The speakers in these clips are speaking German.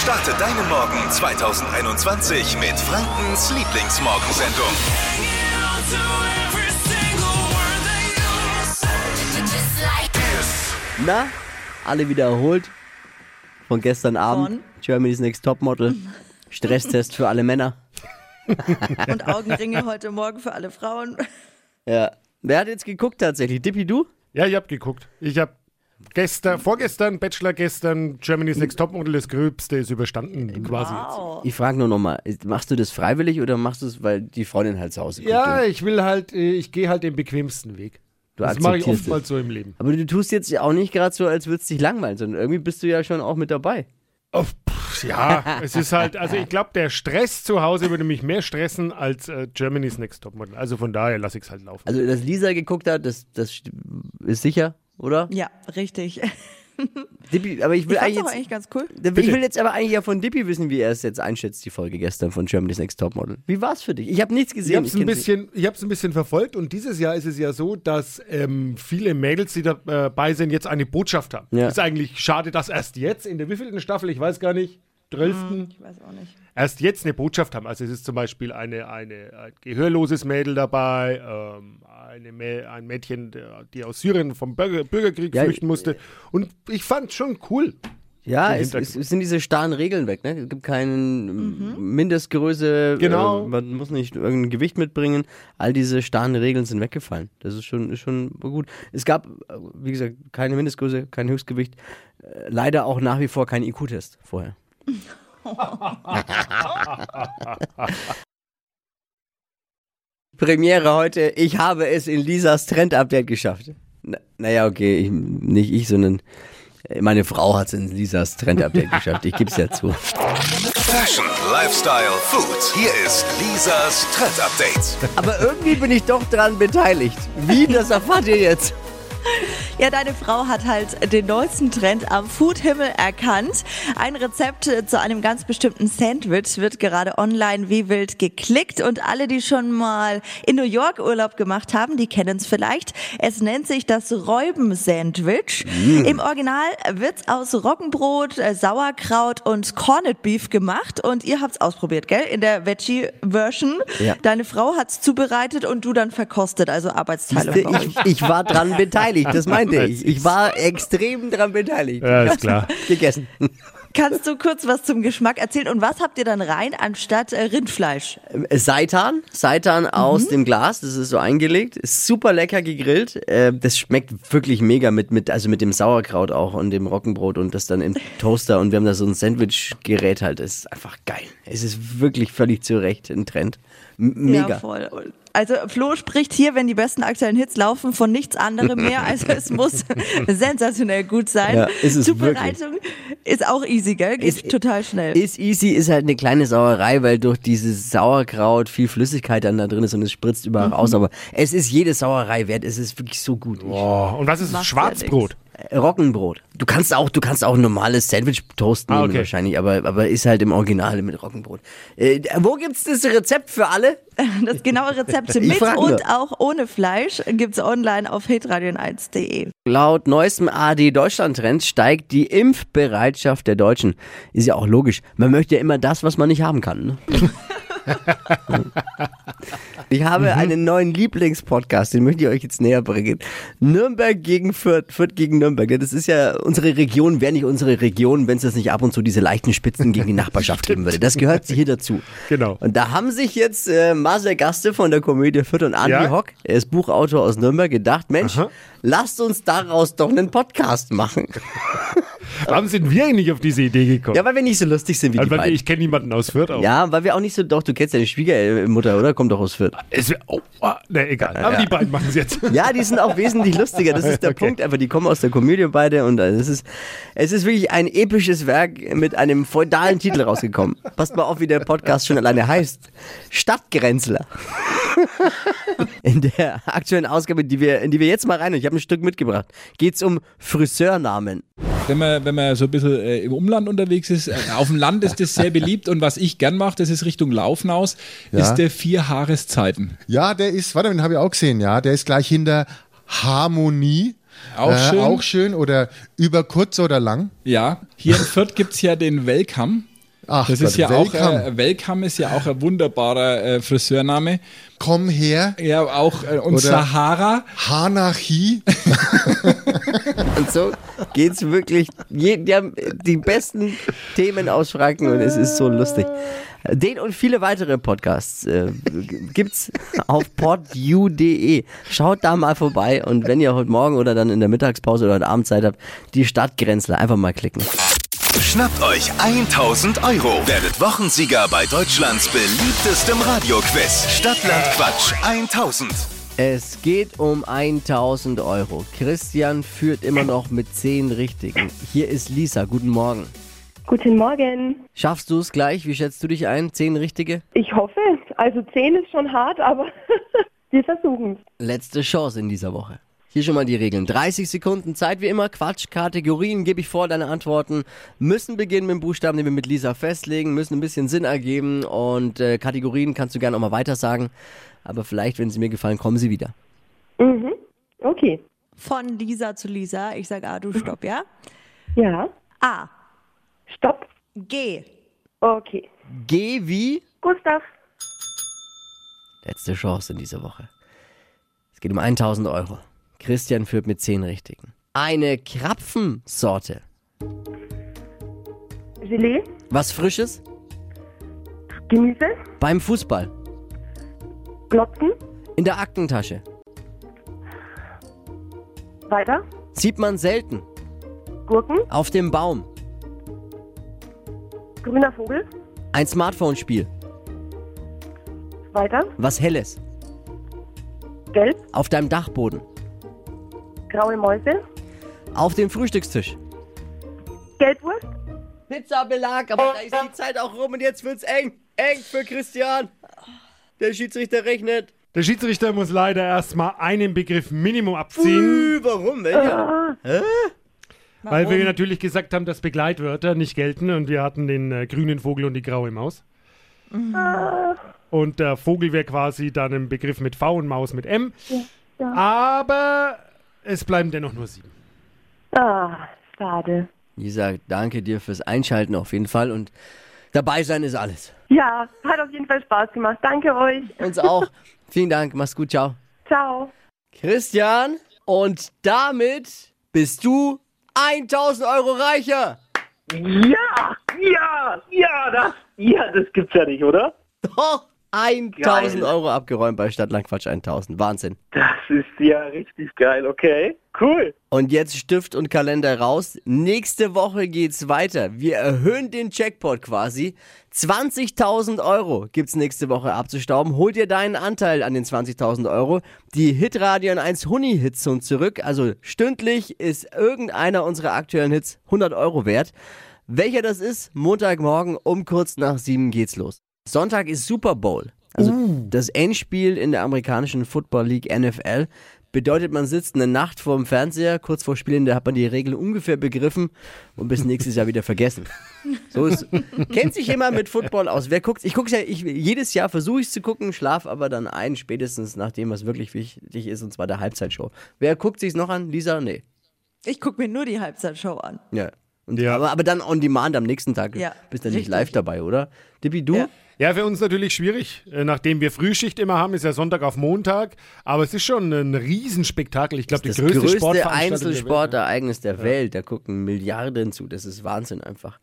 Starte deinen Morgen 2021 mit Frankens Lieblingsmorgensendung. Na, alle wieder erholt von gestern Abend. Germany's Next Topmodel. Stresstest für alle Männer. Und Augenringe heute Morgen für alle Frauen. Ja. Wer hat jetzt geguckt tatsächlich? Dippi, du? Ja, ich hab geguckt. Ich hab gestern, vorgestern, Bachelor gestern, Germany's Next Topmodel, das Gröbste ist überstanden quasi jetzt. Wow. Ich frage nur nochmal, machst du das freiwillig oder machst du es, weil die Freundin halt zu Hause guckt? Ja, ich will halt, äh, ich gehe halt den bequemsten Weg. Du das mache ich akzeptierst oftmals so im Leben. Aber du tust jetzt auch nicht gerade so, als würdest dich langweilen, sondern irgendwie bist du ja schon auch mit dabei. Oh, pff, ja, es ist halt, also ich glaube, der Stress zu Hause würde mich mehr stressen als äh, Germany's Next Topmodel. Also von daher lasse ich es halt laufen. Also, dass Lisa geguckt hat, das, das st- ist sicher, oder? Ja, richtig. Ich Dippi, aber ich will fand's eigentlich, auch jetzt, eigentlich ganz cool. ich will jetzt aber eigentlich ja von Dippi wissen, wie er es jetzt einschätzt, die Folge gestern von Germany's Next Topmodel. Wie war es für dich? Ich habe nichts Ich gesehen. habe es ich ein kenn's nicht. bisschen, ich hab's ein bisschen verfolgt und dieses Jahr ist es ja so, dass ähm, viele Mädels, die dabei sind, jetzt eine Botschaft haben. Ja. Ist eigentlich schade, dass erst jetzt in der wievielten Staffel, ich weiß gar nicht, zwölften, Ich weiß auch nicht. erst jetzt eine Botschaft haben. Also es ist zum Beispiel eine, eine ein gehörloses Mädel dabei, ähm, eine, Mä- ein Mädchen, der, die aus Syrien vom Bürger, Bürgerkrieg Ja, flüchten musste. Und ich fand schon cool. Ja, im es, es, Hintergrund. es sind diese starren Regeln weg. Ne? Es gibt keine Mindestgröße. Genau. Äh, man muss nicht irgendein Gewicht mitbringen. All diese starren Regeln sind weggefallen. Das ist schon, ist schon gut. Es gab, äh, wie gesagt, keine Mindestgröße, kein Höchstgewicht. Äh, Leider auch nach wie vor kein IQ-Test vorher. Premiere heute. Ich habe es in Lisas Trend-Update geschafft. Na, naja, okay, ich, nicht ich, sondern meine Frau hat es in Lisas Trend-Update geschafft. Ich gebe es ja zu. Fashion, Lifestyle, Food. Hier ist Lisas Trend Update. Aber irgendwie bin ich doch dran beteiligt. Wie, das erfahrt ihr jetzt. Ja, deine Frau hat halt den neuesten Trend am Foodhimmel erkannt. Ein Rezept äh, zu einem ganz bestimmten Sandwich wird gerade online wie wild geklickt und alle, die schon mal in New York Urlaub gemacht haben, die kennen es vielleicht. Es nennt sich das Räuben-Sandwich. Mm. Im Original wird's aus Roggenbrot, äh, Sauerkraut und Corned Beef gemacht und ihr habt's ausprobiert, gell? In der Veggie-Version. Ja. Deine Frau hat's zubereitet und du dann verkostet, also Arbeitsteilung bei euch. Ich, ich war dran beteiligt, das meinte ich. Ich war extrem dran beteiligt. Ja, ist klar. Gegessen. Kannst du kurz was zum Geschmack erzählen? Und was habt ihr dann rein anstatt äh, Rindfleisch? Seitan, Seitan aus dem Glas, das ist so eingelegt, ist super lecker gegrillt. Äh, das schmeckt wirklich mega mit, mit, also mit dem Sauerkraut auch und dem Roggenbrot und das dann im Toaster und wir haben da so ein Sandwich-Gerät halt, das ist einfach geil. Es ist wirklich völlig zu Recht ein Trend. M Ja, mega. voll. Und- Also Flo spricht hier, wenn die besten aktuellen Hits laufen, von nichts anderem mehr. Also es muss sensationell gut sein. Ja, ist es Zubereitung ist auch easy, gell? Geht Ist- total schnell. Ist easy, ist halt eine kleine Sauerei, weil durch dieses Sauerkraut viel Flüssigkeit dann da drin ist und es spritzt überall Mhm. raus, aber es ist jede Sauerei wert, es ist wirklich so gut. Ich Oh, und was ist Macht ja Schwarzbrot? Roggenbrot. Du kannst auch, du kannst auch ein normales Sandwich-Toast Ah, nehmen okay. wahrscheinlich, aber, aber ist halt im Original mit Roggenbrot. Äh, wo gibt's das Rezept für alle? Das genaue Rezept Ich mit frag nur. und auch ohne Fleisch gibt's online auf hitradion1.de. Laut neuestem AD Deutschland-Trend steigt die Impfbereitschaft der Deutschen. Ist ja auch logisch. Man möchte ja immer das, was man nicht haben kann. Ne? ich habe einen neuen Lieblingspodcast, den möchte ich euch jetzt näher bringen. Nürnberg gegen Fürth, Fürth gegen Nürnberg. Das ist ja, unsere Region wäre nicht unsere Region, wenn es das nicht ab und zu diese leichten Spitzen gegen die Nachbarschaft geben würde. Das gehört hier dazu. Genau. Und da haben sich jetzt äh, Marcel Gaste von der Komödie Fürth und Andi Ja. Hock er ist Buchautor aus Nürnberg, gedacht, Mensch, Aha. lasst uns daraus doch einen Podcast machen. Oh. Warum sind wir eigentlich auf diese Idee gekommen? Ja, weil wir nicht so lustig sind wie also, die weil wir- beiden. ich kenne niemanden aus Fürth auch. ja, weil wir auch nicht so, doch, du kennst deine Schwiegermutter, oder? Kommt doch aus Fürth. Es wär, oh, ah, na, egal. Aber die beiden machen es jetzt. Ja, die sind auch wesentlich lustiger, das ist der Okay. Punkt, aber die kommen aus der Komödie beide und äh, es ist, es ist wirklich ein episches Werk mit einem feudalen Titel rausgekommen. Passt mal auf, wie der Podcast schon alleine heißt. Stadtgrenzler. In der aktuellen Ausgabe, die wir, in die wir jetzt mal rein, ich habe ein Stück mitgebracht, geht's um Friseurnamen. Wenn man, wenn man so ein bisschen äh, im Umland unterwegs ist, äh, auf dem Land ist das sehr beliebt und was ich gern mache, das ist Richtung Laufen aus, ist der Vier Haareszeiten. Ja, der ist, warte, den habe ich auch gesehen, ja. Der ist gleich hinter Harmonie. Äh, Auch schön. Auch schön oder über kurz oder lang. Ja, hier in Fürth gibt's ja den Welcome. Ach, das Gott, ist ja auch, Welcome. äh, Welcome ist ja auch ein wunderbarer äh, Friseurname. Komm her, Ja, auch äh, und Oder- Sahara. Hanachi. Und so geht's wirklich. Je, die haben die besten Themen aus Franken und es ist so lustig. Den und viele weitere Podcasts äh, g- gibt's auf podu.de. Schaut da mal vorbei und wenn ihr heute Morgen oder dann in der Mittagspause oder heute Abend Zeit habt, die Stadtgrenzler einfach mal klicken. Schnappt euch 1000 Euro. Werdet Wochensieger bei Deutschlands beliebtestem Radioquiz. Stadtland Quatsch 1000. Es geht um 1000 Euro. Christian führt immer noch mit 10 Richtigen. Hier ist Lisa. Guten Morgen. Guten Morgen. Schaffst du es gleich? Wie schätzt du dich ein? 10 Richtige? Ich hoffe, also 10 ist schon hart, aber wir versuchen Letzte Chance in dieser Woche. Hier schon mal die Regeln. 30 Sekunden Zeit wie immer. Quatsch, Kategorien gebe ich vor. Deine Antworten müssen beginnen mit dem Buchstaben, den wir mit Lisa festlegen, müssen ein bisschen Sinn ergeben und äh, Kategorien kannst du gerne auch mal weiter sagen. Aber vielleicht, wenn sie mir gefallen, kommen sie wieder. Okay, Von Lisa zu Lisa. Ich sage A, du stopp, ja? ja. A, Stopp. G, Okay. G wie? Gustav, Letzte Chance in dieser Woche. Es geht um 1000 Euro. Christian führt mit 10 Richtigen. Eine Krapfensorte. Gelee, Was Frisches? Gemüse, Beim Fußball. Glotzen, In der Aktentasche. weiter, Sieht man selten. Gurken, Auf dem Baum. grüner Vogel, Ein Smartphone-Spiel. weiter, Was Helles. gelb, Auf deinem Dachboden. graue Mäuse, Auf dem Frühstückstisch. Gelbwurst, Pizza-Belag, aber da ist die Zeit auch rum und jetzt wird's eng. Eng für Christian. Der Schiedsrichter rechnet. Der Schiedsrichter muss leider erstmal einen Begriff Minimum abziehen, Warum? Welcher? weil wir natürlich gesagt haben, dass Begleitwörter nicht gelten und wir hatten den äh, grünen Vogel und die graue Maus. Und der Vogel wäre quasi dann ein Begriff mit V und Maus mit M. Aber es bleiben dennoch nur sieben. ah, schade. Lisa, danke dir fürs Einschalten auf jeden Fall und dabei sein ist alles. Ja, hat auf jeden Fall Spaß gemacht. Danke euch. Uns auch. Vielen Dank, mach's gut, ciao. Ciao. Christian, und damit bist du 1000 Euro reicher. Ja, ja, ja, das, ja, das gibt's ja nicht, oder? Doch, 1000 Geil. Euro abgeräumt bei Stadtlandquatsch 1000. Wahnsinn. Das ist ja richtig geil, okay? Cool. Und jetzt Stift und Kalender raus. Nächste Woche geht's weiter. Wir erhöhen den Jackpot quasi. 20.000 Euro gibt's nächste Woche abzustauben. Hol dir deinen Anteil an den 20.000 Euro. Die Hitradio 1 Huni Hits sind zurück. Also stündlich ist irgendeiner unserer aktuellen Hits 100 Euro wert. Welcher das ist, Montagmorgen um kurz nach sieben geht's los. Sonntag ist Super Bowl. Also Mm. das Endspiel in der amerikanischen Football League NFL. Bedeutet, man sitzt eine Nacht vorm Fernseher, kurz vor Spielen, da hat man die Regeln ungefähr begriffen und bis nächstes Jahr wieder vergessen. So ist, kennt sich jemand mit Football aus? Wer guckt? Ich gucke ja, ich, jedes Jahr versuche ich zu gucken, schlaf aber dann ein, spätestens nachdem, was wirklich wichtig ist, und zwar der Halbzeitshow. Wer guckt sich's noch an? Lisa? Nee. Ich gucke mir nur die Halbzeitshow an. Ja. Und, Ja. Aber, aber dann on demand am nächsten Tag. Ja, Bist dann nicht richtig. live dabei, oder? Dippi, du? Ja. Ja, für uns natürlich schwierig. Äh, Nachdem wir Frühschicht immer haben, ist ja Sonntag auf Montag. Aber es ist schon ein Riesenspektakel. Ich glaube, die Das größte, größte, Sportveranstaltung der Welt. Einzelsportereignis der Welt. Da gucken Milliarden zu. Das ist Wahnsinn einfach.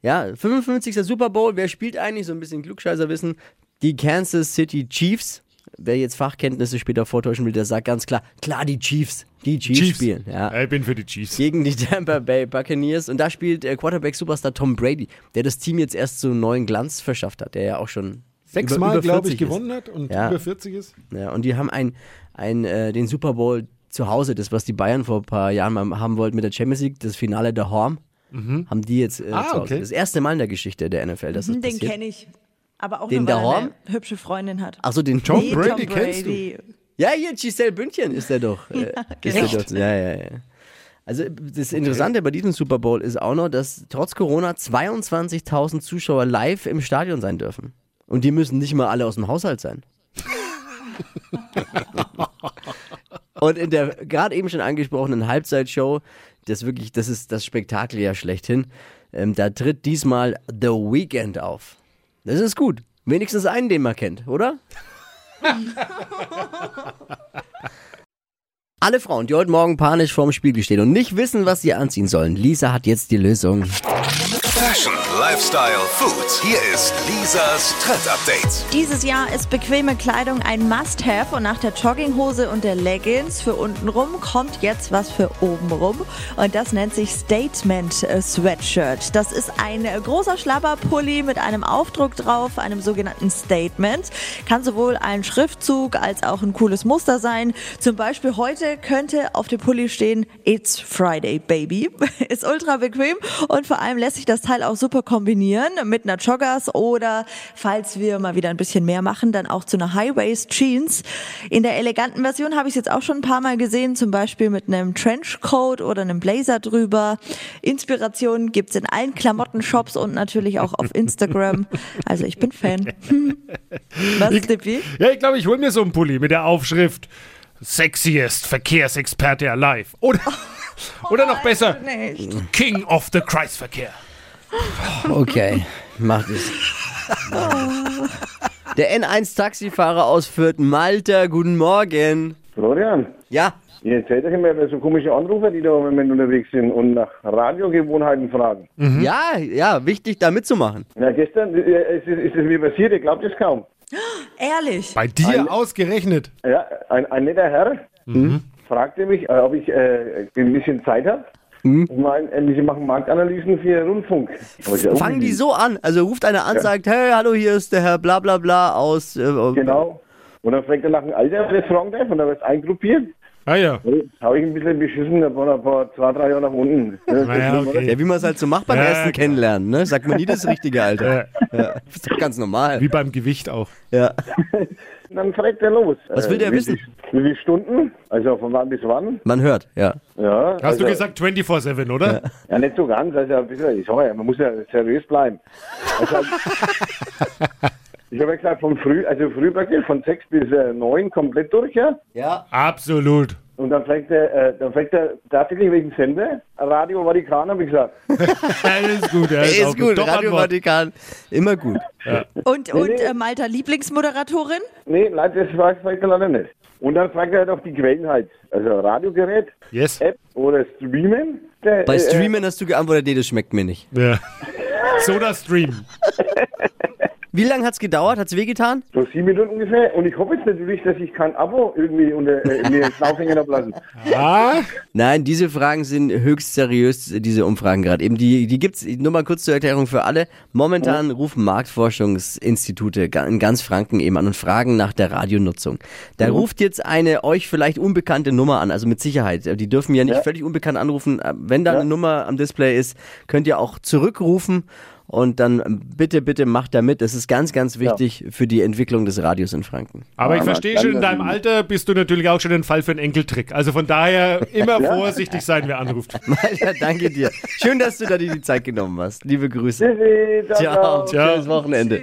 Ja, 55. Super Bowl. Wer spielt eigentlich? So ein bisschen Klugscheißer wissen. Die Kansas City Chiefs. Wer jetzt Fachkenntnisse später vortäuschen will, der sagt ganz klar, klar die Chiefs. Die Chiefs, Chiefs. spielen. Ja. Ich bin für die Chiefs. Gegen die Tampa Bay Buccaneers. Und da spielt äh, Quarterback-Superstar Tom Brady, der das Team jetzt erst so einen neuen Glanz verschafft hat, der ja auch schon über- Sechsmal, über glaube 40 ich, ist. gewonnen hat und Ja. über 40 ist. Ja, und die haben ein, ein, äh, den Super Bowl zu Hause, das, was die Bayern vor ein paar Jahren mal haben wollten mit der Champions League, das Finale der Horm, haben die jetzt äh, Ah, zu Hause. okay. Das erste Mal in der Geschichte der NFL, dass das Hm, Den passiert. kenne ich. Aber auch Den nur, weil er Dahorn? eine hübsche Freundin hat. Ach so, den Tom Nee, Brady kennst du? Ja, hier, Giselle Bündchen ist er doch. Äh, ist er doch. Ja, ja, ja. Also das Interessante bei diesem Super Bowl ist auch noch, dass trotz Corona 22.000 Zuschauer live im Stadion sein dürfen. Und die müssen nicht mal alle aus dem Haushalt sein. Und in der gerade eben schon angesprochenen Halbzeitshow, das wirklich, das ist das Spektakel ja schlechthin. Ähm, da tritt diesmal The Weeknd auf. Das ist gut. Wenigstens einen, den man kennt, oder? Alle Frauen, die heute Morgen panisch vorm Spiegel stehen und nicht wissen, was sie anziehen sollen, Lisa hat jetzt die Lösung. Fashion, Lifestyle, Food. Hier ist Lisas Trend Update. Dieses Jahr ist bequeme Kleidung ein Must-Have und nach der Jogginghose und der Leggings für untenrum kommt jetzt was für obenrum und das nennt sich Statement äh, Sweatshirt. Das ist ein äh, großer Schlabberpulli mit einem Aufdruck drauf, einem sogenannten Statement. Kann sowohl ein Schriftzug als auch ein cooles Muster sein. Zum Beispiel heute könnte auf dem Pulli stehen It's Friday, Baby. Ist ultra bequem und vor allem lässt sich das Teil auch super kombinieren mit einer Joggers oder falls wir mal wieder ein bisschen mehr machen, dann auch zu einer High-Waist Jeans. In der eleganten Version habe ich es jetzt auch schon ein paar Mal gesehen, zum Beispiel mit einem Trenchcoat oder einem Blazer drüber. Inspiration gibt's in allen Klamottenshops und natürlich auch auf Instagram. Also ich bin Fan. Hm. Was, Dippi? Ja, ich glaube, ich hole mir so einen Pulli mit der Aufschrift Sexiest Verkehrsexperte alive. Oder, oder Oh, noch besser, Nicht. King of the Kreisverkehr. Okay, macht es. Der N1-Taxifahrer aus Fürth, Malta, guten Morgen. Florian, Ja, ihr erzählt euch immer über so komische Anrufer, die da im Moment unterwegs sind und nach Radiogewohnheiten fragen. ja, ja, wichtig da mitzumachen. Na, gestern äh, ist, es- ist es mir passiert, ihr glaubt es kaum. Ehrlich. Bei dir ausgerechnet. Ja, ein, ein netter Herr Mhm. fragte mich, äh, ob ich äh, ein bisschen Zeit habe. Ich meine, äh, sie machen Marktanalysen für Rundfunk. Aber ich sag, Fangen die ui, so an. Also ruft einer an, sagt, hey, hallo, hier ist der Herr bla bla bla aus. Äh, Genau. Und dann fragt er nach dem Alter, was fragen darf, und dann wird es eingruppiert. Ah ja. Habe ich ein bisschen beschissen, da waren ein paar, zwei, drei Jahre nach unten. Das Naja, ist- okay. Ja, wie man es halt so macht beim Ja, ersten klar. Kennenlernen, ne? Sagt man nie das richtige Alter. Ja, ist doch ganz normal. Wie beim Gewicht auch. Ja. Äh, Und dann fragt er los. Was will der wie wissen? Viel, wie viele Stunden? Also von wann bis wann? Man hört, ja. Ja, Hast also, du gesagt 24-7, oder? Ja, nicht so ganz. Also ein bisschen, ich sag ja, man muss ja seriös bleiben. Also, ich habe ja gesagt, von früh, also früh praktisch von sechs bis äh, neun komplett durch, ja. Ja. Absolut. Und dann fragt er, äh, dann fragt er tatsächlich wegen Sender. Radio Vatikan, habe ich gesagt. Alles gut. ja, Ist, auch gut, Top Radio Antwort. Vatikan. Immer gut. Und, und äh, Malta, Lieblingsmoderatorin? Nee, leider, das weiß ich leider nicht. Und dann fragt er doch die Quellen halt. Also Radiogerät, Yes. App oder Streamen. Der, Bei äh, Streamen hast du geantwortet, nee, das schmeckt mir nicht. Ja. Soda Stream. Wie lange hat's gedauert? Hat's wehgetan? So sieben Minuten ungefähr. Und ich hoffe jetzt natürlich, dass ich kein Abo irgendwie unter äh, mir ins Aufhängen habe lassen. Ah, Nein, diese Fragen sind höchst seriös, diese Umfragen gerade. Eben die, die gibt's nur mal kurz zur Erklärung für alle. Momentan rufen Marktforschungsinstitute ga- in ganz Franken eben an und fragen nach der Radionutzung. Da ruft jetzt eine euch vielleicht unbekannte Nummer an, also mit Sicherheit. Die dürfen ja nicht völlig unbekannt anrufen. Äh, Wenn da eine Nummer am Display ist, könnt ihr auch zurückrufen und dann ähm, bitte, bitte macht da mit. Das ist ganz, ganz wichtig für die Entwicklung des Radios in Franken. aber ich verstehe schon, in deinem Alter bist du natürlich auch schon ein Fall für einen Enkeltrick. Also von daher immer vorsichtig sein, wer anruft. Malta, danke dir. Schön, dass du da dir die Zeit genommen hast. Liebe Grüße. Tschüssi, ciao, Ciao, ciao. Ciao. schönes Wochenende.